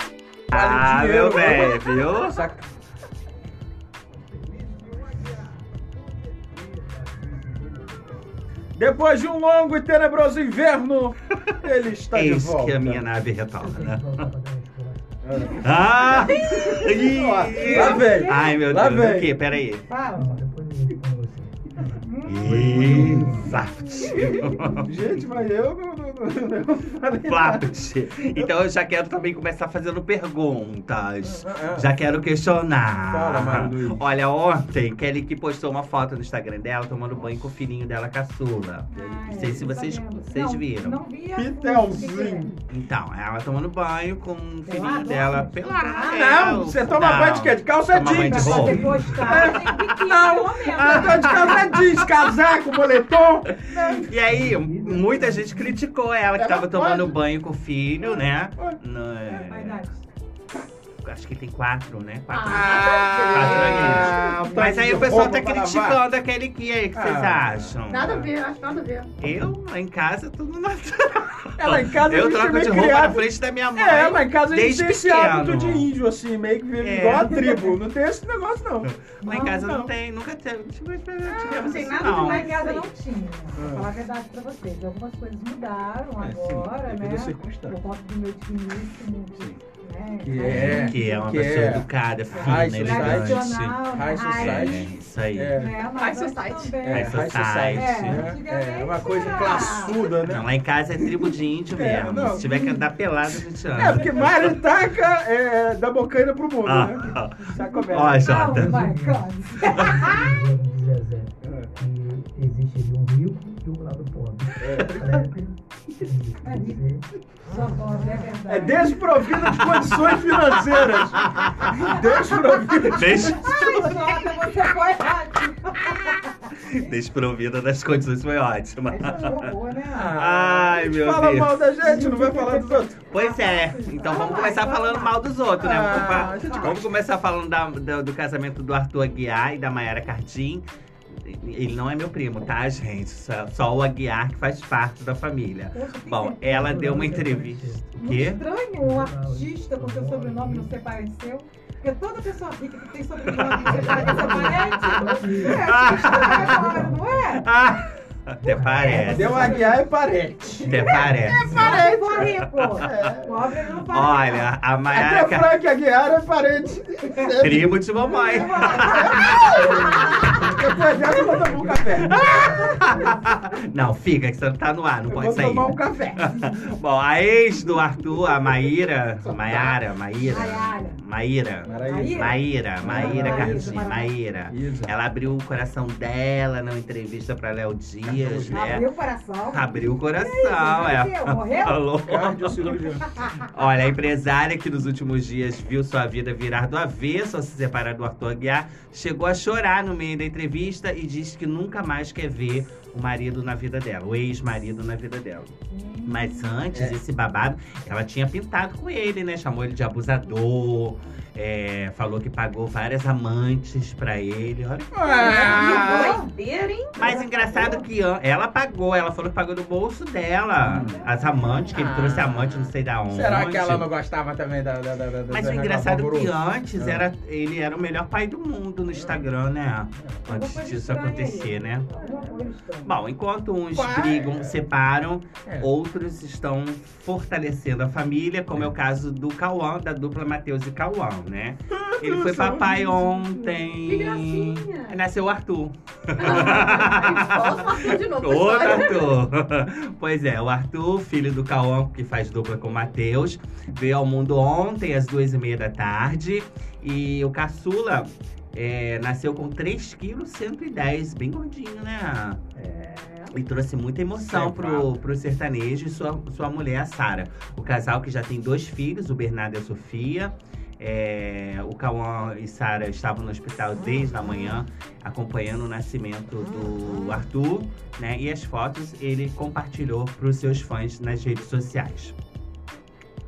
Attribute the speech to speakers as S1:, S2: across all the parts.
S1: caralho.
S2: Ah,
S1: dinheiro,
S2: meu
S1: mano. Tá
S2: velho, viu?
S1: Saca- Depois de um longo e tenebroso inverno, ele está de
S2: Eis
S1: volta.
S2: que a minha nave retorna.
S1: Ah.
S3: né?
S2: Ah! Ih!
S1: Ó, lá vem.
S2: Ai, meu
S1: Lá
S2: Deus.
S1: vem.
S2: O quê? Pera aí.
S3: Fala, depois eu ligo pra você.
S2: Exato.
S1: Gente, mas eu não, não, não, eu não falei nada.
S2: Plapt. Então eu já quero também começar fazendo perguntas.
S1: Ah,
S2: Já quero questionar.
S1: Fala, Mari Luiz.
S2: Olha, ontem Kelly que postou uma foto no Instagram dela tomando banho com o filhinho dela caçula.
S3: Ah,
S2: Não sei
S3: é,
S2: se
S3: tô
S2: vocês,
S3: sabendo.
S2: vocês
S3: Não,
S2: viram.
S3: Não vi a
S1: Pitelzinho.
S2: Então, ela tomando banho com o filhinho
S3: Pelado?
S4: Ah,
S2: dela. Pelado.
S1: Não, você toma banho de quê? De calça
S2: Toma banho
S3: Pra
S1: jeans.
S2: de roupa.
S3: fazer postagem em biquíni,
S1: Não.
S3: pelo
S1: Ah,
S3: menos.
S1: tô de calça jeans, casaco, moletom.
S2: E aí, muita gente criticou ela que
S1: Ela
S2: tava tomando
S1: pode.
S2: banho com o filho, né?
S1: Pode.
S2: No-
S3: Vai dar.
S2: acho que tem quatro, né? Quatro.
S4: Ah.
S1: Ah, um
S2: Mas
S1: tanto
S2: aí
S1: de
S2: o pessoal
S1: roupa
S2: tá
S1: pra lavar.
S2: criticando aquele que aí, o que vocês
S1: Ah.
S2: acham?
S4: Nada a ver, acho nada a ver.
S2: Eu, lá em casa, tudo natural.
S1: Ela em casa
S2: Eu
S1: a gente é
S2: troco de
S1: meio
S2: roupa na
S1: criado.
S2: frente da minha mãe.
S1: É, lá em casa a gente
S2: desde
S1: tem esse
S2: pequeno.
S1: hábito de índio, assim, meio que vive
S2: É.
S1: igual a tribo. Não tem esse negócio, não.
S2: Lá em
S3: Não,
S2: casa não,
S1: não.
S2: tem, nunca teve. Tipo,
S4: Ah, não
S2: tivemos
S4: tem
S2: isso,
S4: nada
S2: não. né? é
S3: Lá
S2: assim.
S4: demais.
S3: em casa não tinha.
S1: Ah.
S3: Vou falar a verdade pra vocês. Algumas coisas mudaram
S1: É, sim,
S3: agora,
S1: devido
S3: né?
S1: às circunstâncias.
S3: Por conta do meu timíssimo. Né?
S1: Que é.
S2: Que é uma
S1: Que
S2: pessoa
S1: é
S2: educada, fina,
S1: high
S2: elegante.
S3: tradicional,
S1: High
S2: É,
S1: society.
S2: isso aí.
S1: É.
S3: Né?
S4: High
S3: Mas
S4: society.
S3: também.
S2: É,
S1: high
S2: society.
S1: society.
S3: É,
S1: né? É, uma coisa
S3: antigamente era-
S1: classuda, né?
S2: Não, lá em casa é tribo de índio
S1: É,
S2: mesmo.
S1: não.
S2: Se tiver que andar pelado, a gente anda.
S1: É, porque Mari taca é, da bocaina pro mundo, né?
S2: Ah,
S1: Já
S2: Ó,
S1: começa.
S3: Oh
S2: Jota.
S3: my God.
S5: Zezé, que existe ali um rico e um lado pobre.
S3: Só pode, é verdade.
S1: É desprovida de condições financeiras. Desprovida de...
S2: Des-
S3: Ai, Jota, você foi ótimo.
S2: Desprovida das condições foi ótima.
S3: Esse jogou, né?
S2: Ai, meu
S1: Ah. Fala
S2: Deus.
S1: mal da gente, não vai falar dos outros.
S2: Pois é, então vamos começar falando mal dos outros, né? Vamos,
S1: Ah,
S2: fa-
S1: a gente
S2: vamos começar falando da- do, do casamento do Arthur Aguiar e da Mayara Cardim. Ele não é meu primo, tá, gente? Só, só o Aguiar que faz parte da família.
S3: Poxa, que
S2: Bom, ela deu uma entrevista. O
S3: Muito
S2: quê?
S3: estranho um artista com seu sobrenome não ser parente seu. Porque toda pessoa rica que tem sobrenome não ser parente seu parente. É artista agora, não é?
S2: Ah, até parece.
S1: Deu Aguiar e parente.
S2: Até parece.
S3: Parente. Ficou rico. Pobre ele não fala.
S2: Olha, a Mayara
S1: Até
S2: Cardim.
S1: Frank Aguiar é parente. Depois
S2: Primo de mamãe.
S1: dessa, eu vou tomar um café.
S2: Não, fica, que você não tá no ar, não
S1: Eu
S2: pode
S1: vou
S2: sair.
S1: tomar um café.
S2: Bom, a ex do Arthur, a Maíra. Maiara, Maíra.
S3: Maiara.
S2: Maíra.
S1: Maraísa.
S2: Maíra, Maíra
S3: Maraísa,
S2: Cardim,
S3: Maraísa.
S2: Maíra.
S1: Isa.
S2: Ela abriu o coração dela na entrevista pra Léo Dias, né?
S3: Abriu o coração.
S2: Abriu o coração, é.
S3: Morreu? Morreu?
S2: Falou.
S1: Cardiocirurgia.
S2: Olha, a empresária que nos últimos dias viu sua vida virar do avesso ao se separar do Arthur Aguiar, chegou a chorar no meio da entrevista e diz que nunca mais quer ver o marido na vida dela, o ex-marido na vida dela. Mas antes,
S1: É.
S2: esse babado, ela tinha pintado com ele, né? Chamou ele de abusador, é, falou que pagou várias amantes pra ele. Olha que
S1: Ah,
S4: Que doideira, hein?
S2: mais engraçado que an- ela pagou, ela falou que pagou do bolso dela. As amantes, que ele
S1: Ah.
S2: trouxe amante, não sei da onde.
S1: Será que ela não gostava também da. da, da, da
S2: Mas
S1: da-
S2: o engraçado é que
S1: da-
S2: antes
S1: É.
S2: era, ele era o melhor pai do mundo no Instagram, né? Antes disso acontecer, né? Bom, enquanto uns
S1: Pai.
S2: brigam, separam,
S1: É.
S2: outros estão fortalecendo a família, como é o caso do Cauã, da dupla Matheus e Cauã, né? Ele foi papai ontem.
S4: Que gracinha.
S2: Nasceu o Arthur.
S4: Volta o Arthur de novo. pra
S2: Outro
S4: história.
S2: Arthur. Pois é, o Arthur, filho do Cauã, que faz dupla com o Matheus, veio ao mundo ontem, às duas e meia da tarde. E o caçula é, nasceu com 3,110 kg, bem gordinho, né? E trouxe muita emoção
S1: Sempre.
S2: pro, pro sertanejo e sua, sua mulher, a Sara. O casal que já tem dois filhos, o Bernardo e a Sofia. É, o Cauã e Sara estavam no hospital desde a manhã, acompanhando o nascimento do Arthur, né? E as fotos ele compartilhou para os seus fãs nas redes sociais.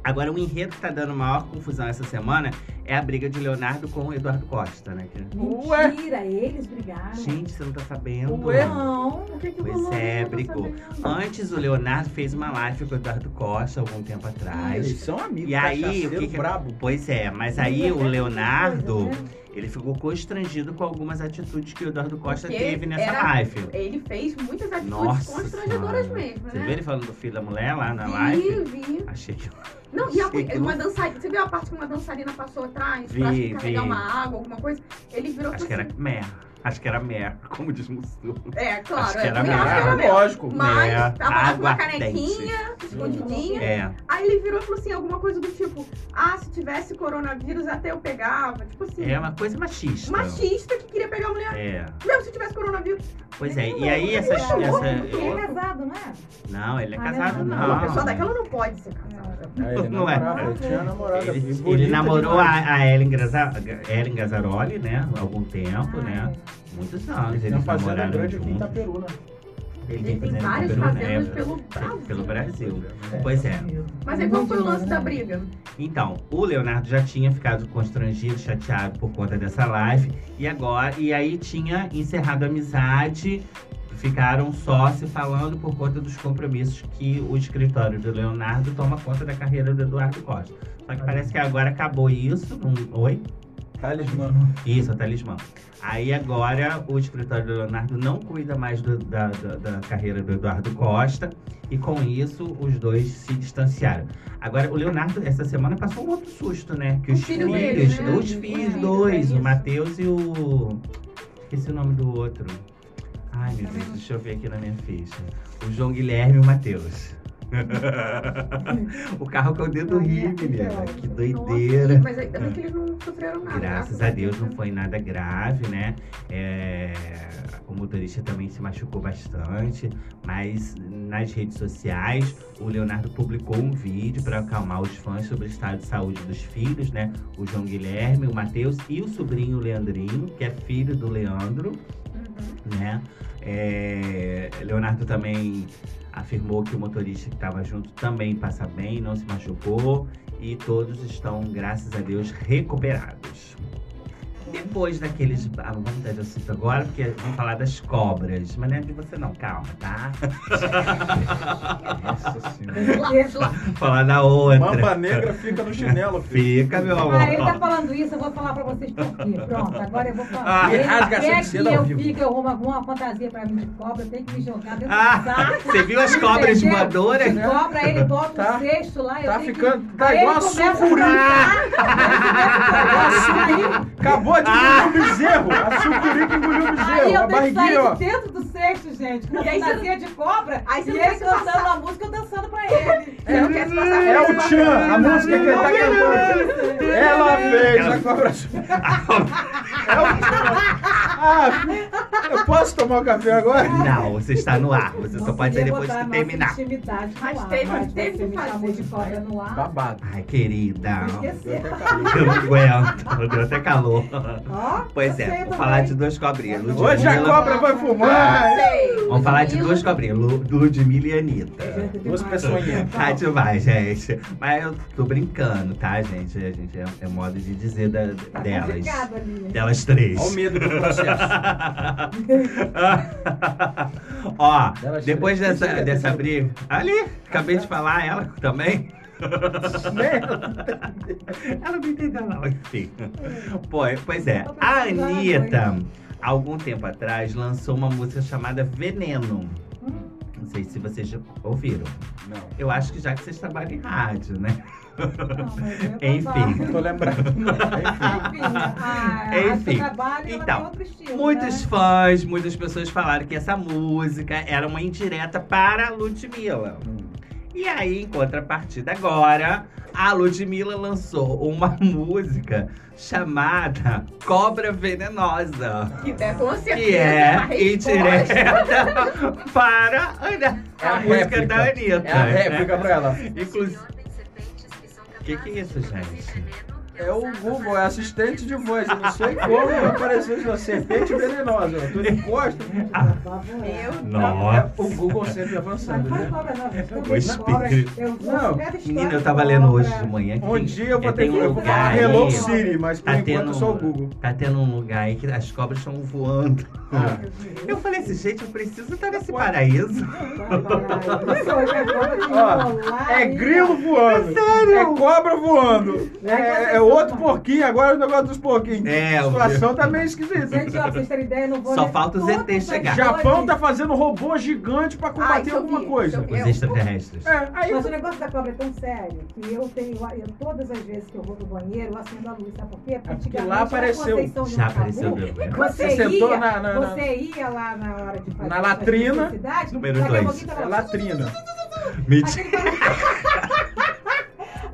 S2: Agora, um enredo que tá dando maior confusão essa semana é a briga de Leonardo com o Eduardo Costa, né? que-
S1: Ué.
S6: Mentira, eles brigaram.
S2: Gente, você não tá sabendo.
S1: Ué.
S6: Não.
S4: Ah, é. O que que
S2: Pois
S4: rolou?
S2: é,
S4: Eu não tô
S2: brigou.
S4: sabendo.
S2: Antes, o Leonardo fez uma live com o Eduardo Costa algum tempo atrás.
S1: Eles são amigos,
S2: E
S4: tá
S2: aí, o
S1: cachaceiro
S2: que que-
S1: brabo.
S2: Pois é, mas aí o Leonardo,
S6: Coisa, né?
S2: ele ficou constrangido com algumas atitudes que o Eduardo Costa
S4: Porque
S2: teve nessa
S4: era-
S2: live.
S4: Ele fez muitas atitudes
S2: Nossa
S4: constrangedoras
S2: Senhora.
S4: mesmo,
S2: Você
S4: né?
S2: viu ele falando do filho da mulher lá na
S4: vi,
S2: live?
S4: vi.
S2: Achei que.
S4: Não, e a,
S2: Achei que
S4: uma dançarina. Você viu a parte que uma dançarina passou atrás
S2: Vi,
S4: pra acho que carregar
S2: vi.
S4: uma água, alguma coisa? Ele virou
S2: Acho
S4: assim.
S2: que era mer. Acho que era mer, como diz Mussu.
S4: É, claro.
S2: acho que
S4: é,
S2: era
S4: também acho que era
S2: mesmo.
S4: mesmo.
S1: Ah, lógico.
S4: Mas
S2: É,
S4: tava lá com
S2: água
S4: uma canequinha, escondidinha.
S2: É.
S4: Aí ele virou e falou assim, alguma coisa do tipo, ah, se tivesse coronavírus até eu pegava. Tipo assim,
S2: É uma coisa machista.
S4: machista que queria pegar a mulher.
S2: É.
S4: Meu, se tivesse coronavírus.
S2: Pois é, e aí essas.
S6: Ele é
S2: essa-
S6: louco, Ele é casado, não é?
S2: Não, ele é
S6: Ah,
S2: casado,
S6: não.
S2: não.
S4: Uma pessoa daquela não pode ser casada.
S1: Aí, ele
S2: Não é.
S1: namorava, ele né? tinha namorada.
S2: Ele, ele
S1: bonita
S2: namorou
S1: demais.
S2: a, a Ellen, Graza- Ellen Gazzaroli, né? Há algum tempo, né? Muitos anos.
S1: Tinha uma
S2: Eles
S1: fazenda
S2: namoraram
S1: grande aqui em
S2: juntos.
S1: Itaperu, né?
S2: É.
S4: Ele tem
S2: fazenda
S4: várias
S2: tá pelo-
S4: fazendas
S2: é,
S4: pelo
S2: pelo,
S4: Brasil.
S2: Brasil. Pois é.
S4: Mas aí qual foi o lance da briga?
S2: Então, o Leonardo já tinha ficado constrangido, chateado por conta dessa live. E agora, e aí tinha encerrado a amizade. Ficaram só se falando por conta dos compromissos que o escritório do Leonardo toma conta da carreira do Eduardo Costa. Só que parece que agora acabou isso. Não... Oi?
S1: Talismã.
S2: Isso, a talismã. Aí agora o escritório do Leonardo não cuida mais do- da, da- da carreira do Eduardo Costa e com isso os dois se distanciaram. Agora, o Leonardo, essa semana, passou um outro susto, né? Que
S4: O
S2: os
S4: filho
S2: filhos,
S4: dele, né?
S2: os filhos
S4: É,
S2: dois,
S4: é isso.
S2: o Matheus e o. Esqueci o nome do outro. Ai, meu
S4: é
S2: Deus, deixa eu ver aqui na minha ficha. O João Guilherme e o Matheus.
S4: Hum.
S2: o carro que eu dei do Rio,
S4: então,
S2: menina. Que doideira.
S4: Nossa, mas ainda bem que eles não sofreram nada.
S2: Graças a Deus né? não foi nada grave, né? É, O motorista também se machucou bastante, mas nas redes sociais o Leonardo publicou um vídeo para acalmar os fãs sobre o estado de saúde dos filhos, né? O João Guilherme, o Matheus e o sobrinho Leandrinho, que é filho do Leandro,
S4: Uhum.
S2: né? É, Leonardo também afirmou que o motorista que estava junto também passa bem, não se machucou e todos estão, graças a Deus, recuperados. Depois daqueles. Ah, vamos mudar de assunto agora, porque vamos falar das cobras. Mas não é de você, não, calma, tá?
S1: Nossa senhora.
S4: Lá-
S2: Falar da outra.
S1: Mamba negra fica no chinelo, filho.
S2: Fica, meu amor.
S6: Ah, ele tá falando isso, eu vou falar pra vocês por quê. Pronto, agora eu vou falar.
S1: Ah,
S6: ele
S1: rasga essa
S6: quer que
S1: seda ao
S6: eu
S1: vivo.
S6: fico, eu arrumo alguma fantasia pra mim de cobra, tem que me jogar dentro do
S2: Ah,
S6: saco.
S2: você viu as cobras
S6: Entendeu?
S2: voadoras?
S6: De cobra, ele bota
S1: Tá-
S6: um cesto lá, eu
S1: Tá
S6: tenho que-
S1: ficando. Tá
S6: Aí
S1: igual
S6: ele
S1: a
S6: começa
S1: sucuri.
S6: a jogar, aí-
S1: Acabou de
S2: Ah!
S1: engolir o bezerro. A sucuri que engoliu o
S6: Aí
S1: bezerro. A
S6: eu tenho que
S1: barriguinha,
S6: sair
S1: ó.
S6: de dentro do cesto, gente, com uma
S4: E aí você
S6: fantasia de cobra,
S4: Aí você
S6: e
S4: não
S6: ele
S4: quer se
S6: cantando
S4: passar.
S6: a música, eu dançando pra ele.
S4: Você não quer se passar
S1: É
S4: por
S1: o
S4: isso.
S1: Tchan, a música que ele tá cantando. Ela fez a cobra azul. É o Tchan. Ah, eu posso tomar um café agora?
S2: Não, você está no ar. Você só
S6: Não
S2: pode dizer
S6: queria
S2: depois
S6: botar
S2: que
S6: a assim.
S2: terminar.
S6: nossa intimidade no
S4: Mas
S6: ar,
S4: teve- um
S6: mas
S4: teve
S6: você
S4: que
S6: me chamou
S4: fazer.
S6: de cobra no ar.
S1: Babado.
S2: Ai, querida.
S6: Esqueceu.
S2: Eu não aguento. Deu até calor.
S6: Ó,
S2: Pois
S6: eu sei
S2: é, vou
S6: também.
S2: falar de duas cobrinhas. Ludmilla-
S1: Hoje a cobra vai fumar. hein?
S4: Sei.
S2: Vamos falar de
S4: Menino,
S2: duas cobrinhas. Lu- Ludmilla e
S6: é
S2: Anitta.
S1: Duas pessoinhas.
S2: Tá demais, gente. Mas eu tô brincando, tá, gente? A gente é, é modo de dizer da- delas.
S6: Complicado ali.
S2: Delas três.
S1: Olha o medo do processo.
S2: Ó,
S1: Delas
S2: depois
S1: três.
S2: dessa, dessa briga. Ali, acabei de falar, ela também. Ela não entendeu, não, enfim. Pô, pois é, a Anitta, algum tempo atrás, lançou uma música chamada Veneno. Não sei se vocês já ouviram.
S1: Não.
S2: Eu acho que já que vocês trabalham em rádio, né?
S6: Não, mas eu vou
S2: Enfim.
S1: Não tô lembrando. Enfim.
S6: Enfim, a,
S2: Enfim.
S6: Enfim. trabalho ela
S2: Então,
S6: tem outro estilo,
S2: Muitos
S6: né?
S2: fãs, muitas pessoas falaram que essa música era uma indireta para a Ludmilla. E aí, em contrapartida, agora a Ludmilla lançou uma música chamada Cobra Venenosa,
S4: Que é com certeza.
S2: que é
S4: uma resposta.
S2: indireta para a Ana-
S1: É
S2: a
S1: a
S2: música
S1: réplica.
S2: da Anitta.
S1: É a
S2: né?
S1: réplica pra ela.
S2: Inclusive. O que, que é isso, gente?
S1: É o Google, é assistente de voz. Eu não sei como apareceu uma serpente venenosa. Eu tô de costas.
S2: ah.
S4: Meu
S2: Nossa.
S1: É, O Google sempre avançando,
S6: Mas
S1: né?
S6: faz obra nova. Eu
S2: O
S6: vou embora.
S2: espírito.
S6: Eu vou
S1: Não,
S6: pegar a história
S2: Menina, eu
S6: da
S2: tava lendo hoje de
S6: obra.
S2: manhã. que
S1: Um
S2: tem-
S1: dia eu vou
S2: é,
S1: ter
S2: tem
S1: que. um Eu vou falar
S2: lugar
S1: Hello
S2: aí-
S1: Siri, mas por
S2: Tá
S1: enquanto
S2: tendo,
S1: eu sou o Google.
S2: tá tendo um lugar aí que as cobras estão voando. Eu falei assim, gente, eu preciso estar nesse paraíso.
S6: Isso, eu quero agora te
S1: Ó,
S6: é enrolar
S1: É
S6: e-
S1: grilo voando. É cobra voando. É, é outro porquinho, agora o negócio dos porquinhos.
S2: É,
S1: a
S2: o
S1: situação tá meio esquisita.
S6: Gente, ó, pra vocês terem ideia, eu não vou
S2: Só
S6: ler
S2: falta os
S6: todas
S2: ETs
S6: as
S2: chegar.
S6: histórias.
S1: Japão tá fazendo robô gigante pra
S4: Ah,
S1: combater
S4: isso eu
S1: alguma
S4: vi,
S1: coisa.
S4: isso eu
S2: Os
S4: Eu-
S2: extraterrestres.
S1: É, aí.
S6: Mas o negócio da cobra é tão sério que eu tenho, eu, todas as vezes que eu vou no banheiro, eu acendo a luz, sabe por quê? Porque
S1: É porque
S6: antigamente
S1: lá apareceu.
S6: a Conceição de
S2: Já
S6: Macabu,
S2: apareceu meu. né?
S6: Você,
S1: Você sentou
S6: ia,
S1: na- na- na-
S6: você ia lá na hora de fazer
S1: Na
S6: suas
S1: latrina,
S6: necessidades,
S2: número
S6: daqui a
S2: dois.
S6: pouquinho tava
S1: É
S6: lá,
S1: latrina.
S2: Mentira.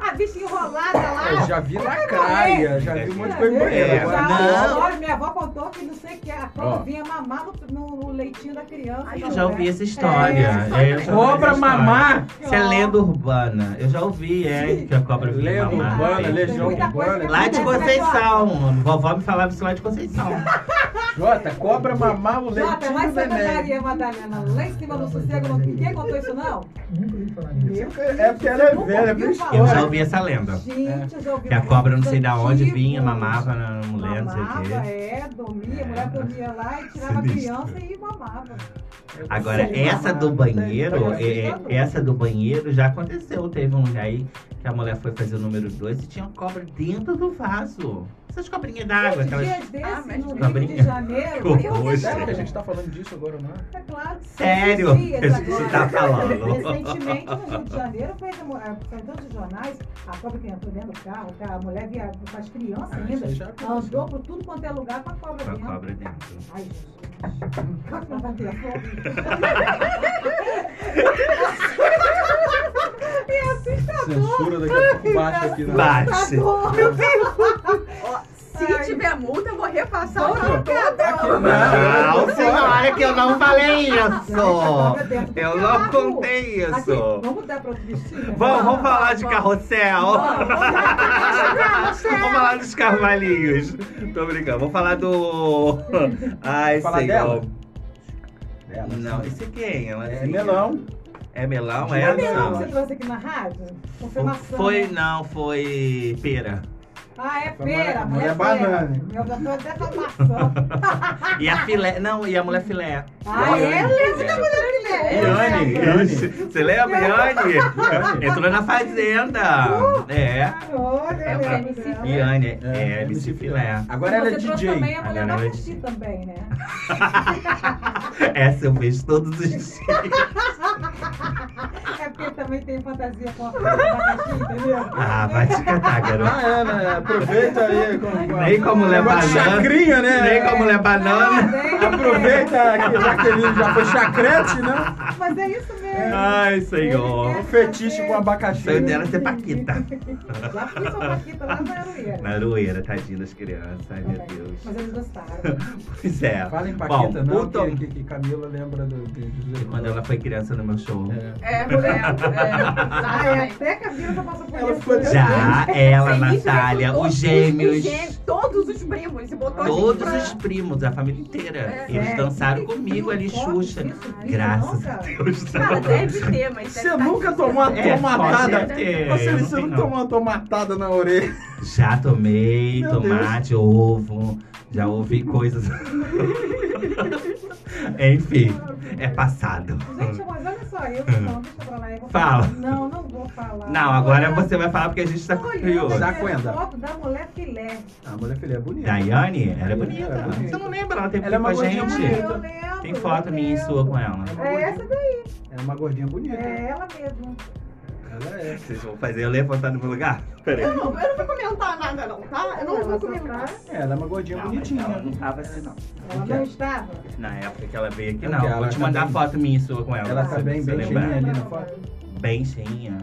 S6: a bicha "Ah, enrolada lá.
S1: Eu já vi lacraia, já vi um monte de coisa em banheiro.
S2: É,
S1: Agora,
S2: não.
S6: Olha, minha avó contou que não sei o que, a
S1: Ó.
S6: cobra vinha mamar no, no- no leitinho da criança. né?
S4: Ai,
S2: Eu já ouvi essa
S6: É,
S2: história.
S6: essa
S2: É, eu já ouvi essa
S1: Cobra
S2: história.
S1: mamar.
S2: Isso é lenda urbana. Eu já ouvi, é, que a cobra fica
S1: Lenda
S2: mamando.
S1: urbana,
S2: é.
S1: legião urbana.
S2: Lá de Conceição. Vovó me falava isso lá de Conceição.
S1: Jota, cobra mamar o
S6: Jota, é lá
S1: leitinho
S6: em
S1: do
S6: Santa
S1: neném.
S6: Maria, Madalena, lá em cima do sossego, não- ninguém contou isso não?
S5: Nunca ouvi falar nisso.
S1: É porque ela é velha, é
S6: Nunca ouviu falar.
S1: história.
S2: Eu já ouvi essa lenda.
S6: Gente, eu já ouvi
S2: Que a
S6: uns
S2: cobra não sei de onde
S6: antigos.
S2: vinha, mamava na mulher, não sei o
S6: Mamava,
S2: quê.
S6: é, dormia, a mulher dormia lá e tirava a
S2: Sinistro. Ah,
S6: criança e mamava.
S2: Agora,
S6: Sei lá,
S2: essa do
S1: não
S2: banheiro,
S6: sei,
S2: é,
S6: tá doido.
S2: essa do banheiro já aconteceu. Teve um lugar aí que a mulher foi fazer o número 2 e tinha uma cobra dentro do vaso. Essas cobrinhas d'água,
S6: Gente,
S2: aquelas.
S6: dias desses,
S4: Ah, mas
S6: no Rio
S2: cobrinha.
S6: de Janeiro,
S2: Que
S6: eu
S2: horror,
S1: Sério que a gente
S6: é
S1: tá falando disso agora, não é?
S6: claro, esses
S2: Sério?
S6: dias
S2: Isso que
S6: agora.
S2: você tá falando.
S6: Recentemente, no Rio de Janeiro, fez, a- a- saiu tantos jornais, a cobra que entrou dentro do carro, que a mulher via com as crianças
S1: Ah, isso
S6: ainda,
S1: aí já aconteceu.
S6: andou por tudo quanto é lugar com a cobra
S2: Com a
S6: dentro.
S2: cobra dentro.
S6: Ai, Jesus. Cobra na dentro.
S1: Censura daqui a pouco baixa aqui, né?
S2: Bate.
S4: Ó, se tiver multa, eu vou repassar o
S1: Aqui,
S4: nome.
S1: aqui, né?
S2: Não, senhora, que eu não falei
S6: Cobra
S2: isso!
S6: dentro do
S2: Eu não
S6: carro.
S2: contei
S6: Aqui,
S2: isso.
S6: vamos mudar para outro bichinho?
S2: Vamos, vamos falar de carrossel. Vamos falar dos carvalhinhos. Tô brincando. Vou falar do. Ai,
S1: Falar
S2: senhor.
S1: dela? Ela,
S2: Não,
S1: assim.
S2: esse é quem? Ela,
S1: É
S2: assim,
S1: melão.
S2: É melão
S1: É
S6: É
S2: essa?
S6: melão que você trouxe aqui na rádio? Confirmação.
S2: Foi,
S6: né?
S2: não, foi pera.
S6: Ah, é
S1: Foi mulher-
S6: pera. mulher
S1: mulher
S6: pera.
S1: banana.
S6: Eu já tô até com maçã.
S2: E a filé, não, e a mulher filé.
S6: Ah, é? Lembra da mulher que
S2: Iane,
S1: lembro. Iane.
S2: você lembra, Iane? Entrou na fazenda. É,
S6: Olha, eu
S2: É,
S6: lembro dela.
S2: Iane, é, MC Filé.
S1: Agora ela é
S6: Você trouxe
S1: DJ.
S6: também a mulher
S2: Agora ela é
S6: abacaxi também, né?
S2: Essa eu vejo todos os dias.
S6: É porque também tem fantasia com a abacaxi, entendeu?
S2: Ah, vai te catar, garoto.
S1: Ah, é, né? Aproveita aí. Com, com a-
S2: Nem com a mulher
S1: com a
S2: banana.
S1: chacrinha, né? É,
S2: Nem com a mulher
S6: Ah,
S2: banana.
S1: Aproveita que já que ele já foi chacrete, né?
S6: Mas é isso mesmo.
S2: Ai, senhor.
S1: Um fetiche com abacaxi.
S2: Sonho dela é ser Paquita.
S6: Já fiz a paquita lá na Arueira.
S2: Na arueira, tadinha das crianças. Ai, meu Deus.
S6: Mas eles gostaram.
S2: Pois é.
S1: Fala em Paquita,
S2: Bom,
S1: não,
S2: o Tom-
S1: que, que, que Camila lembra do, de,
S2: de quando ela foi criança no meu show.
S4: É, é, é.
S6: Ah, é, até que a vida já passou por
S1: Ela
S6: isso.
S1: ficou
S6: né?
S2: Já ela,
S4: Sem isso, né,
S2: Natália,
S4: todos
S2: os gêmeos,
S4: Os gêmeos, todos os primos. E botou
S2: todos
S4: a gente
S2: os primos, a família inteira.
S4: É.
S2: Eles
S6: É,
S2: dançaram
S6: e-
S2: comigo
S6: e
S2: ali,
S6: não pode
S2: Xuxa.
S6: isso, filho,
S2: Graças
S6: não,
S2: a
S6: cara.
S2: Deus.
S4: Cara, deve ter, mas
S1: Você
S4: deve tá
S1: nunca
S4: aqui.
S1: tomou uma
S2: É,
S1: tomatada?
S2: pode ter,
S1: Você,
S2: eu É, não
S1: você
S2: sei
S1: não
S2: não.
S1: tomou uma tomatada na orelha?
S2: Já tomei
S1: Meu
S2: tomate, ovo, já ouvi coisas. Enfim, é passado.
S6: Gente, mas olha só, eu não, deixa pra lá. Eu vou
S2: Hum. Fala.
S6: falar. Não, não vou falar.
S2: Não, agora
S6: Olha,
S2: você vai falar porque a gente tá
S6: tô olhando
S2: curioso.
S1: Dá
S6: aqui
S1: cuenta.
S6: a foto da mulher filé.
S1: A mulher filha é bonita.
S2: Daiane era
S1: Era
S2: bonita. né?
S1: bonita.
S2: Você não lembra? Ela teve
S1: Ela é
S2: com a
S1: uma
S6: Ah,
S1: gordinha
S2: gente.
S1: bonita.
S6: eu lembro.
S2: Tem foto
S6: eu
S2: minha e
S6: lembro.
S2: sua com ela.
S6: É essa daí,
S1: É uma gordinha bonita.
S6: é ela mesma.
S1: Ela é.
S2: Vocês vão fazer eu levantar no meu lugar? Peraí.
S4: Eu não, eu não vou comentar nada, não, tá? Eu não vou comentar.
S1: É, Ela é uma gordinha
S2: Não, mas
S1: bonitinha.
S2: ela não tava assim, não.
S6: Ela não estava.
S2: Na época que ela veio aqui,
S1: É
S2: não.
S1: porque
S2: Vou
S1: ela
S2: te
S1: tá
S2: mandar
S1: bem-
S2: foto minha e sua com ela.
S1: Ela tá
S2: se
S1: bem,
S2: você
S1: bem
S2: lembrar.
S1: cheinha ali na foto.
S2: Bem cheinha.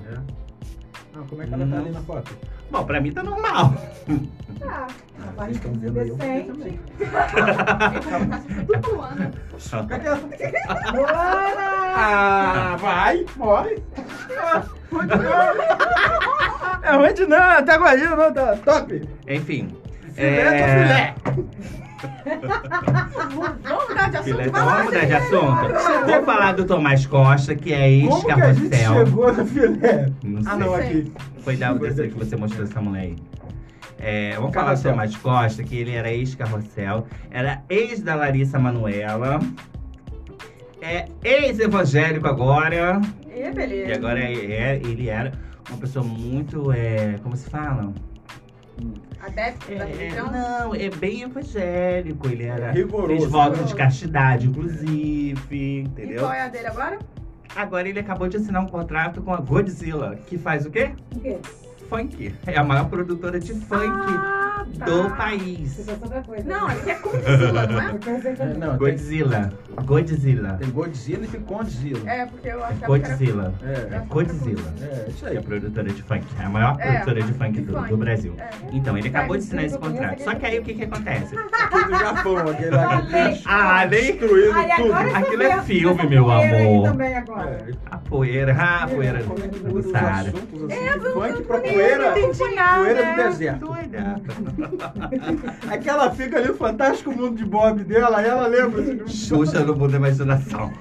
S1: Não, como é que ela tá ali na foto?
S2: Bom, pra mim tá normal.
S6: Tá.
S2: Ah,
S6: Uma
S1: Vocês
S6: barriga
S1: estão vendo aí, eu vou ver também.
S6: decente.
S4: Tudo Luana.
S1: Cadê ela?
S6: Luana!
S1: Ah, vai, morre. Ah, muito bom. É ruim de não, até agora não, tá top.
S2: Enfim. é,
S1: Filé do
S4: Vamos mudar de assunto.
S2: Filé,
S4: vai
S2: então vamos
S4: lá,
S2: mudar de
S4: gente.
S2: assunto. Vou falar do Tomás Costa, que é
S1: Como que a gente
S2: ex-carrossel.
S1: chegou no filé?
S2: Não sei.
S1: Ah, não,
S4: sei.
S1: aqui.
S2: Foi da dessa que você mostrou essa mulher aí. É, vamos falar do
S1: Carrossel.
S2: Tomás Costa, que ele era ex-carrossel, era ex da Larissa Manuela, é ex-evangélico agora,
S4: É,
S2: e
S4: beleza.
S2: agora é, é- ele era uma pessoa muito, é, como se fala?
S4: Adepto
S2: É,
S4: da
S2: é,
S4: religião.
S2: não, é bem evangélico, ele era...
S1: É. Rigoroso.
S2: Fez voto de castidade, inclusive,
S4: E
S2: entendeu?
S4: qual é a dele agora?
S2: Agora ele acabou de assinar um contrato com a Godzilla, que faz o quê?
S6: O quê?
S2: Funk. É a maior produtora de funk
S4: Ah, tá.
S2: do país.
S6: Você pensou outra coisa.
S4: Não, aqui é Condzilla, não é?
S6: Eu pensei que-
S1: É, Não, tem,
S2: Godzilla. Godzilla.
S1: tem Godzilla e tem Condzilla.
S4: É, porque eu achava que
S2: Godzilla. É
S1: É,
S2: Godzilla.
S1: é, isso
S2: É
S1: aí.
S2: a produtora de funk. É a maior
S4: É,
S2: produtora de
S4: de
S2: funk do,
S4: funk.
S2: do Brasil.
S4: era... É.
S2: Então, ele acabou de assinar
S6: Mas
S2: esse
S6: eu conheço
S2: contrato. Só
S6: aquele
S2: que aí o que que acontece?
S1: Aqui do Japão, aquele lá que
S6: Falei.
S2: Ah, nem...
S1: destruiu
S6: Ai, agora
S1: tudo.
S6: eu
S2: Aquilo é
S6: penso
S2: filme,
S6: nessa
S2: meu
S6: poeira aí
S2: amor.
S6: também agora.
S1: É,
S2: A poeira, ah, a poeira
S1: como é que
S2: do
S1: muda os
S2: Saara.
S1: assuntos assim, de funk pra
S4: Eu
S1: poeira,
S4: não entendi nada.
S1: poeira do deserto.
S2: Doida.
S1: Aquela fica ali, o fantástico mundo de Bob dela, aí ela lembra. assim,
S2: Xuxa no mundo da imaginação.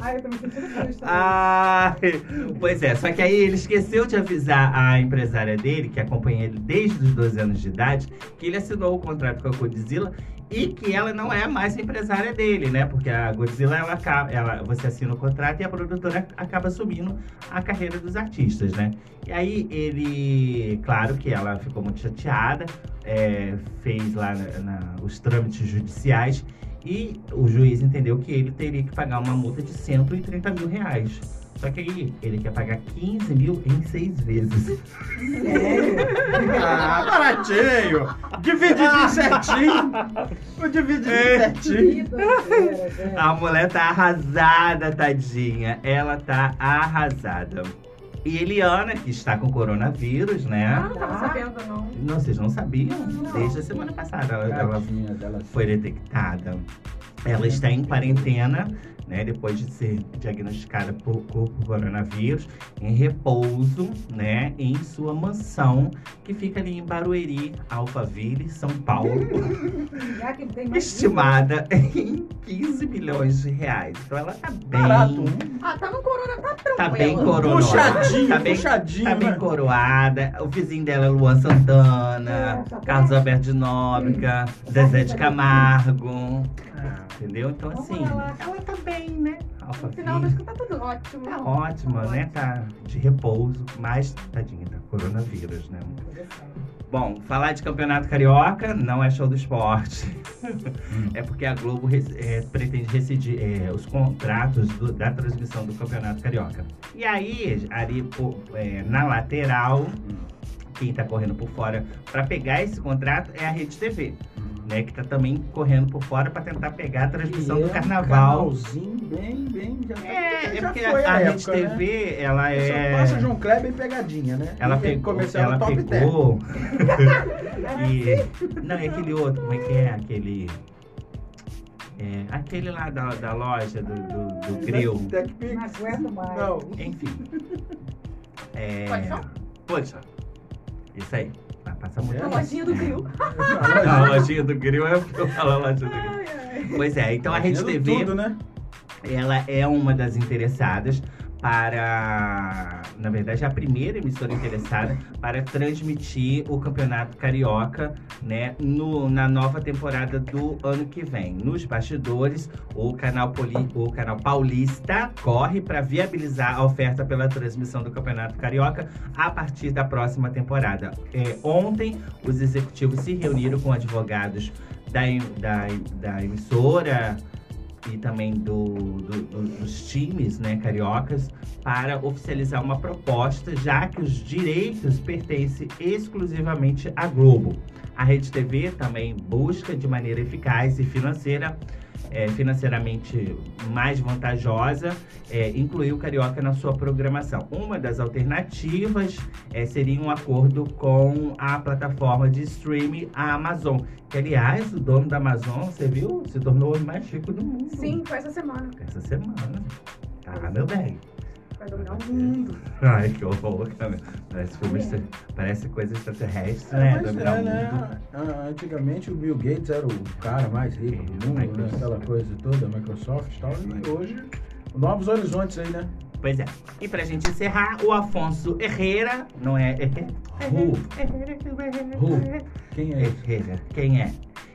S6: Ai, eu tô me sentindo frustrada.
S2: Ah, Ai, pois é, só que aí ele esqueceu de avisar a empresária dele, que acompanha ele desde os 12 anos de idade, que ele assinou o contrato com a Godzilla e que ela não é mais a empresária dele, né? Porque a Godzilla, ela, acaba- ela, você assina o contrato e a produtora acaba assumindo a carreira dos artistas, né? E aí ele, claro que ela ficou muito chateada, é, fez lá na- na- os trâmites judiciais e o juiz entendeu que ele teria que pagar uma multa de 130 mil reais. Só que aí ele quer pagar 15 mil em seis vezes.
S1: Ah, baratinho! Divididinho certinho! Eu dividi certinho!
S6: Vida, cara, velho.
S2: A mulher tá arrasada, tadinha. Ela tá arrasada. E Eliana, que está com coronavírus,
S4: Ah,
S2: né?
S4: não tava sabendo, não.
S2: Não, vocês não sabiam? Desde a semana passada. Ela,
S1: Tá
S2: ela
S1: Tadinha dela.
S2: foi detectada. Ela está em quarentena, né, depois de ser diagnosticada por, por coronavírus, em repouso, né, em sua mansão, que fica ali em Barueri, Alphaville, São Paulo,
S1: Hum,
S6: Já que tem mais
S2: estimada em 15 milhões de reais. Então ela tá bem,
S1: Barato, um
S4: Ah, tá no corona, tá tranquilo.
S2: tá bem coroada.
S1: puxadinho,
S2: Tá bem,
S1: puxadinho.
S2: tá bem
S1: né?
S2: coroada. O vizinho dela é Luan Santana,
S6: É, tá bem.
S2: Carlos Alberto de Nóbrega,
S1: Hum.
S2: Zezé
S1: Tá
S2: de Camargo.
S1: Ah,
S2: Entendeu? Então,
S6: Vamos
S2: assim,
S6: lá.
S2: ela tá bem, né? Alfa
S4: No final das contas, tá tudo ótimo.
S2: tá ótima, né? Tá de repouso, mas tadinha, tá coronavírus, né? Bom, falar de campeonato carioca não é show do esporte. é porque a Globo res- é, pretende rescindir é, os contratos do- da transmissão do campeonato carioca. E aí, ali pô, é, na lateral, quem tá correndo por fora pra pegar esse contrato é a Rede TV. Né, que tá também correndo por fora pra tentar pegar a transmissão
S1: que é
S2: do
S1: um
S2: carnaval.
S1: canalzinho bem, bem. Já tá-
S2: É, é
S1: já
S2: porque
S1: foi
S2: a, a Rede
S1: época, né?
S2: TV, ela é.
S1: Só passa João Kleber e pegadinha, né?
S2: Ela
S1: E
S2: pegou.
S1: comercial
S2: Ela
S1: do top 10.
S2: pegou. e, não, e aquele outro, como é que é? Aquele. É, aquele lá da, da loja do, do,
S1: Ah,
S2: do grill.
S1: Tech
S6: vida,
S1: Pix.
S6: Não aguento mais.
S1: é Não.
S2: Enfim. É,
S4: Pode só?
S2: Poxa. Isso aí. Vai passar muito.
S4: A
S1: É.
S4: lojinha do Rio.
S2: Não, a lojinha do grill é o que eu falo, a lojinha do grill.
S4: Ai, ai.
S2: Pois é, então a Rede
S1: Fazendo
S2: TV.
S1: Tudo, né?
S2: ela é uma das interessadas para, na verdade, é a primeira emissora interessada para transmitir o Campeonato Carioca, né, no- na nova temporada do ano que vem. Nos bastidores, o canal, poli- o canal paulista corre para viabilizar a oferta pela transmissão do Campeonato Carioca a partir da próxima temporada. É, ontem, os executivos se reuniram com advogados da, em- da, da emissora, e também do- do- do- dos times né, cariocas para oficializar uma proposta, já que os direitos pertencem exclusivamente à Globo. A Rede TV também busca de maneira eficaz e financeira, eh, financeiramente mais vantajosa, eh, incluir o Carioca na sua programação. Uma das alternativas eh, seria um acordo com a plataforma de streaming a Amazon. Que, aliás, o dono da Amazon, você viu, se tornou o homem mais rico do mundo.
S4: Sim, foi essa semana.
S2: Essa semana. Tá, meu bem.
S4: Foi vai dominar o mundo.
S2: Ai, que horror, cara. Parece, filme extra- parece coisa extraterrestre, né?
S1: Mas
S2: Dominar
S1: é,
S2: o
S1: né?
S2: mundo.
S1: Ah, Antigamente o Bill Gates era o cara mais rico do mundo, né?
S2: Microsoft.
S1: aquela coisa toda, Microsoft e tal. E hoje, novos horizontes aí, né?
S2: Pois é. E pra gente encerrar, o Afonso Herrera, não é?
S1: Who? Who? Quem é esse?
S2: Herrera. Quem é?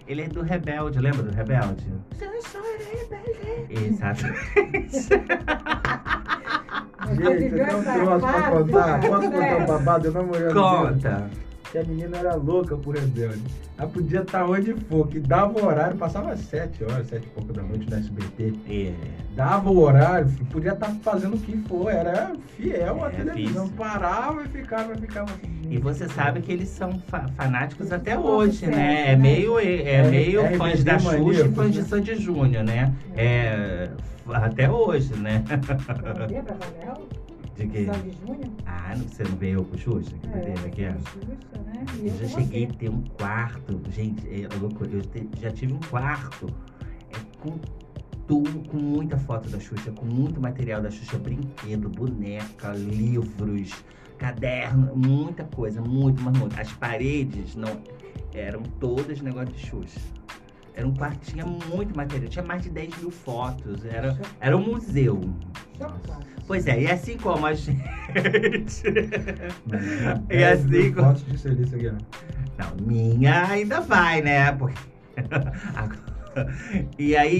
S2: Ele é do Rebelde, lembra do Rebelde?
S1: é
S2: Exato.
S6: Ah,
S1: Gente, eu tenho um
S6: é
S1: troço pra contar.
S6: né?
S1: Posso contar um babado? Eu namorei
S2: Conta.
S1: que a menina era louca por rebelde. Ela podia estar onde for, que dava o horário, passava sete horas, sete e pouco da noite no SBT.
S2: É.
S1: Dava o horário, fi, podia estar fazendo o que for, era fiel à
S2: É,
S1: televisão.
S2: fiz.
S1: Parava e ficava, ficava. assim,
S2: E
S1: gente.
S2: você sabe que eles são fa- fanáticos até
S6: Nossa,
S2: hoje,
S6: sério,
S2: né? É
S6: né?
S2: meio, é
S1: É,
S2: meio
S1: é
S2: fãs da
S1: maníaco,
S2: Xuxa e fãs de
S1: né?
S2: Sandy Júnior, né? É. f- Até hoje, né?
S6: Sabia pra Valéu?
S2: De que.
S6: Sandy Júnior?
S2: Ah, não- você não veio com o Xuxa? Que doideira que é?
S6: Justa, né? E
S2: Eu
S6: eu
S2: já
S6: com
S2: cheguei a
S6: você.
S2: ter um quarto, gente, é louco, eu te- já tive um quarto é, com tudo, com muita foto da Xuxa, com muito material da Xuxa, brinquedo, boneca, livros, caderno, muita coisa, muito, mas muito. As paredes não eram todas negócio de Xuxa. Era um quarto, tinha muito material, tinha mais de 10 mil fotos, era, era um museu.
S6: Chocado.
S2: Pois é, e assim como a gente.
S1: É,
S2: assim,
S1: mil
S2: co-
S1: fotos de serviço aqui, né? ó.
S2: Não, minha ainda vai, né? Porque... Agora- e aí,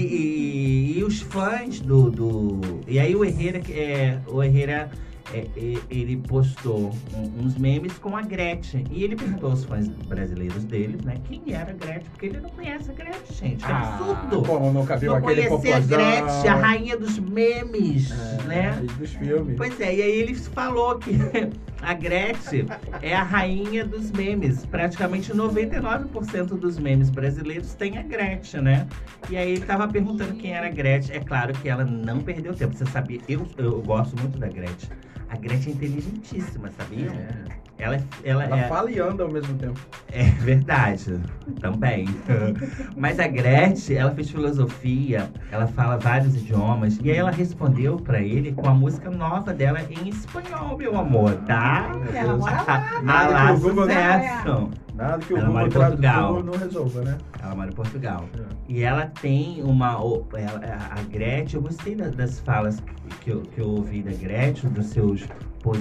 S2: e, e os fãs do, do. E aí o Herrera, que é, o Herrera é, e- ele postou um- uns memes com a Gretchen. E ele perguntou aos fãs brasileiros dele, né? Quem era a Gretchen? Porque ele não conhece a Gretchen, gente. Que absurdo!
S1: Como não cabelo
S2: não
S1: Ah, aquele
S2: conhecer a
S1: popozão.
S2: Gretchen, a rainha dos memes,
S1: É,
S2: né?
S1: e Dos filmes.
S2: Pois é, e aí ele falou que a Gretchen é a rainha dos memes. Praticamente 99% dos memes brasileiros tem a Gretchen, né? E aí ele tava perguntando quem era a Gretchen. É claro que ela não perdeu tempo. Você sabia, eu, eu gosto muito da Gretchen. A Gretchen é inteligentíssima, sabia?
S1: É.
S2: Ela, é- ela,
S1: Ela
S2: é,
S1: fala e anda ao mesmo tempo.
S2: é verdade, também. Mas a Gretchen, ela fez filosofia, ela fala vários idiomas, e aí ela respondeu pra ele com a música nova dela em espanhol, meu amor, tá?
S1: É,
S6: Ela mora lá.
S2: A lá,
S1: Eu vou mandar.
S2: sucesso!
S1: Nada que o
S2: Ela mora
S1: Google
S2: em Portugal.
S1: Tradutor não resolva, né?
S2: Ela mora em Portugal.
S1: É.
S2: E ela tem uma. o- ela- A a Gretchen, eu gostei da- das falas que- que eu, que eu ouvi da Gretchen, dos seus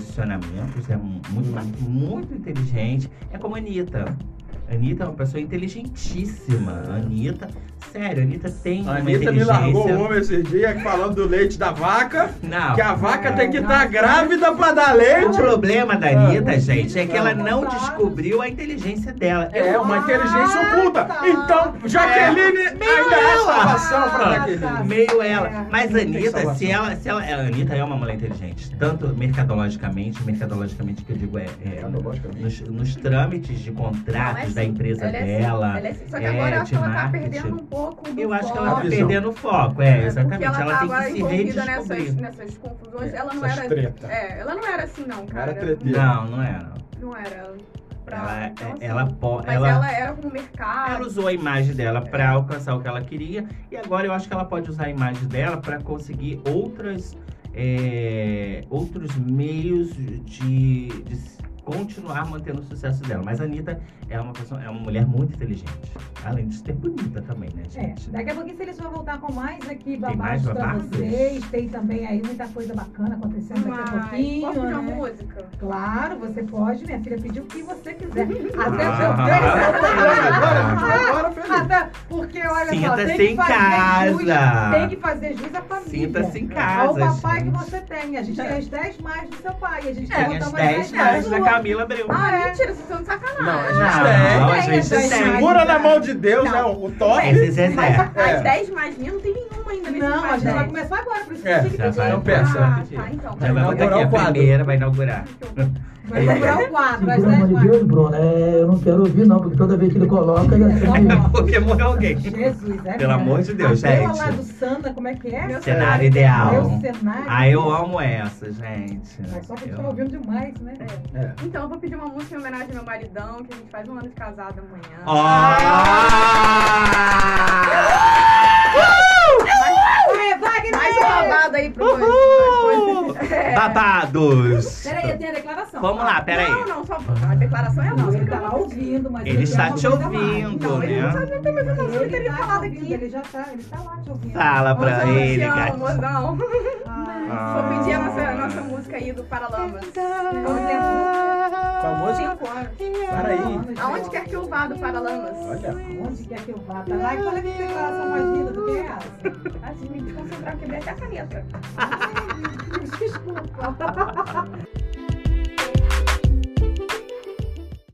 S2: posicionamentos. É mu-
S1: Uhum.
S2: muito, ma- muito inteligente. É como a Anitta. A Anitta é uma pessoa inteligentíssima. A Anitta, sério, a Anitta tem
S1: A
S2: uma
S1: Anitta
S2: inteligência.
S1: me largou o homem esses dias falando do leite da vaca.
S2: Não.
S1: Que a vaca tem que estar grávida pra dar
S2: O
S1: leite.
S2: problema da
S1: Ah,
S2: Anitta, gente, é que ela não
S6: Não.
S2: descobriu a inteligência dela.
S1: É uma inteligência
S6: Ah,
S1: oculta.
S6: tá.
S1: Então, Jaqueline ainda é salvação pra Jaqueline.
S2: Meio ela.
S6: É,
S2: Mas a
S1: tem
S2: Anitta,
S1: salvação.
S2: se ela, se ela. A Anitta é uma mulher inteligente. Tanto mercadologicamente, mercadologicamente que eu digo é. é
S1: Mercadologicamente.
S2: nos, nos trâmites de contratos
S4: Não,
S2: da
S4: é sim.
S2: empresa
S4: Ela é assim,
S2: dela.
S4: ela é assim. Só que
S2: é,
S4: agora eu acho que ela tá
S2: marketing.
S4: perdendo um pouco do
S2: eu acho que ela
S4: foco.
S2: tá
S1: A visão.
S2: perdendo o foco. É,
S4: Porque
S2: exatamente.
S4: ela,
S2: Ela,
S4: tava
S2: tem que se
S4: envolvida nessas,
S2: redescobrir.
S4: nessas confusões.
S1: É,
S4: ela não
S1: essas
S4: era.
S1: treta.
S4: É, ela não era assim, não, cara.
S1: era treteira.
S2: Não, não era.
S4: Não era. Pra,
S2: Ela, é,
S4: então, assim,
S2: ela, po-
S4: Mas ela, era com o
S2: Ela
S4: mercado.
S2: usou a imagem dela pra alcançar o que ela queria e agora eu acho que ela pode usar a imagem dela pra conseguir outras é, outros meios de, de s- continuar mantendo o sucesso dela. Mas a Anitta é uma pessoa, é uma mulher muito inteligente, além de ser bonita também, né,
S6: É,
S2: gente?
S6: daqui a pouquinho eles vão voltar com mais aqui
S2: mais
S6: babados pra
S2: babados?
S6: vocês. Tem também aí muita coisa bacana acontecendo daqui a
S4: Mas
S6: pouquinho.
S4: posso
S1: um
S4: pedir uma
S6: né?
S4: música?
S6: Claro, você pode, minha filha, pedir o que você quiser.
S2: Ah.
S6: Até porque.
S1: Agora, feliz.
S6: Até porque, olha só, tem
S2: Sinta-se em
S6: que fazer
S2: casa.
S6: jus, tem que fazer jus à família.
S2: Sinta-se em
S6: Ao
S2: casa,
S6: papai
S2: gente. É.
S6: que você tem. A gente tem as 10 mais do seu pai. A gente
S2: Tem
S6: botar
S2: as
S6: umas
S2: 10
S6: mais
S2: mais da
S6: sua.
S2: Camila Abreu. Ah,
S4: Ah,
S6: é.
S4: mentira, vocês estão de sacanagem.
S1: Não, a
S2: Não, a
S1: gente
S6: tem
S2: gente
S6: as
S1: tem.
S6: dez.
S2: tem.
S1: Segura na mão de Deus,
S4: Não.
S1: é o top.
S2: Esse Zezé.
S1: É.
S4: As 10 mais minha não tem nenhuma ainda nesse
S6: Não, a gente vai
S4: vai
S6: começar agora, por isso que
S1: É,
S6: tem que
S2: já
S6: pedir.
S2: vai. um né?
S1: Não peça.
S4: Ah, tá, então.
S2: Já vai botar aqui
S1: Inaugurar o
S2: a
S1: quadro.
S2: primeira, vai inaugurar.
S6: Vai procurar o quadro, as
S5: Segura a
S6: 10
S5: mão de
S6: mais.
S5: Deus, Bruno. É, eu não quero ouvir, não, porque toda vez que ele coloca, já sei que-
S2: Porque morreu alguém.
S6: Jesus, é
S2: Pelo
S6: verdade.
S2: amor de Deus,
S6: a Bela
S2: gente.
S6: lá do Sandra, como é que é?
S4: Meu
S2: Cenário
S6: Meu
S2: ideal.
S6: cenário.
S2: Ah, eu amo essa, gente.
S6: Mas só que a gente
S2: Eu
S6: tá
S2: amo.
S6: ouvindo demais, né?
S1: É.
S4: Então eu vou pedir uma música em homenagem ao meu maridão, que a gente faz um ano de casado amanhã.
S2: Ah!
S6: Vai, Wagner! é,
S4: Mais um babado aí pro
S2: Uhul!
S4: É. É.
S2: Babados!
S6: Peraí, então. eu tenho a declaração.
S2: Vamos lá, peraí.
S4: Não, não, só. A declaração é a
S6: Não,
S4: música
S6: ele
S4: que eu
S6: tá lá
S4: não ouvi.
S6: ouvindo, mas
S2: Ele
S6: quer
S2: está
S6: uma
S2: te
S6: coisa a mais.
S2: ouvindo,
S4: Não, ele não
S2: né?
S4: sabe nem como é que eu
S6: Ele
S4: teria
S6: tá
S4: falado
S6: ouvindo,
S4: aqui.
S6: Ele já tá, ele tá lá te ouvindo.
S2: Fala pra
S6: Vamos lá.
S4: Não,
S2: ele.
S4: te
S2: gatinho.
S4: amo, não.
S6: Ah,
S4: Vou pedir a nossa, a nossa música aí do Paralamas.
S1: Qual música?
S4: Cinco anos.
S1: Para aí.
S6: anos,
S4: Aonde
S6: gente.
S4: quer que eu vá do Paralamas?
S1: Olha.
S6: Onde quer que eu vá? Tá lá e qual é a declaração mais linda do que essa? Tá, um
S4: Assim, me desconcentrar, quebrei até a caneta.
S6: Desculpa.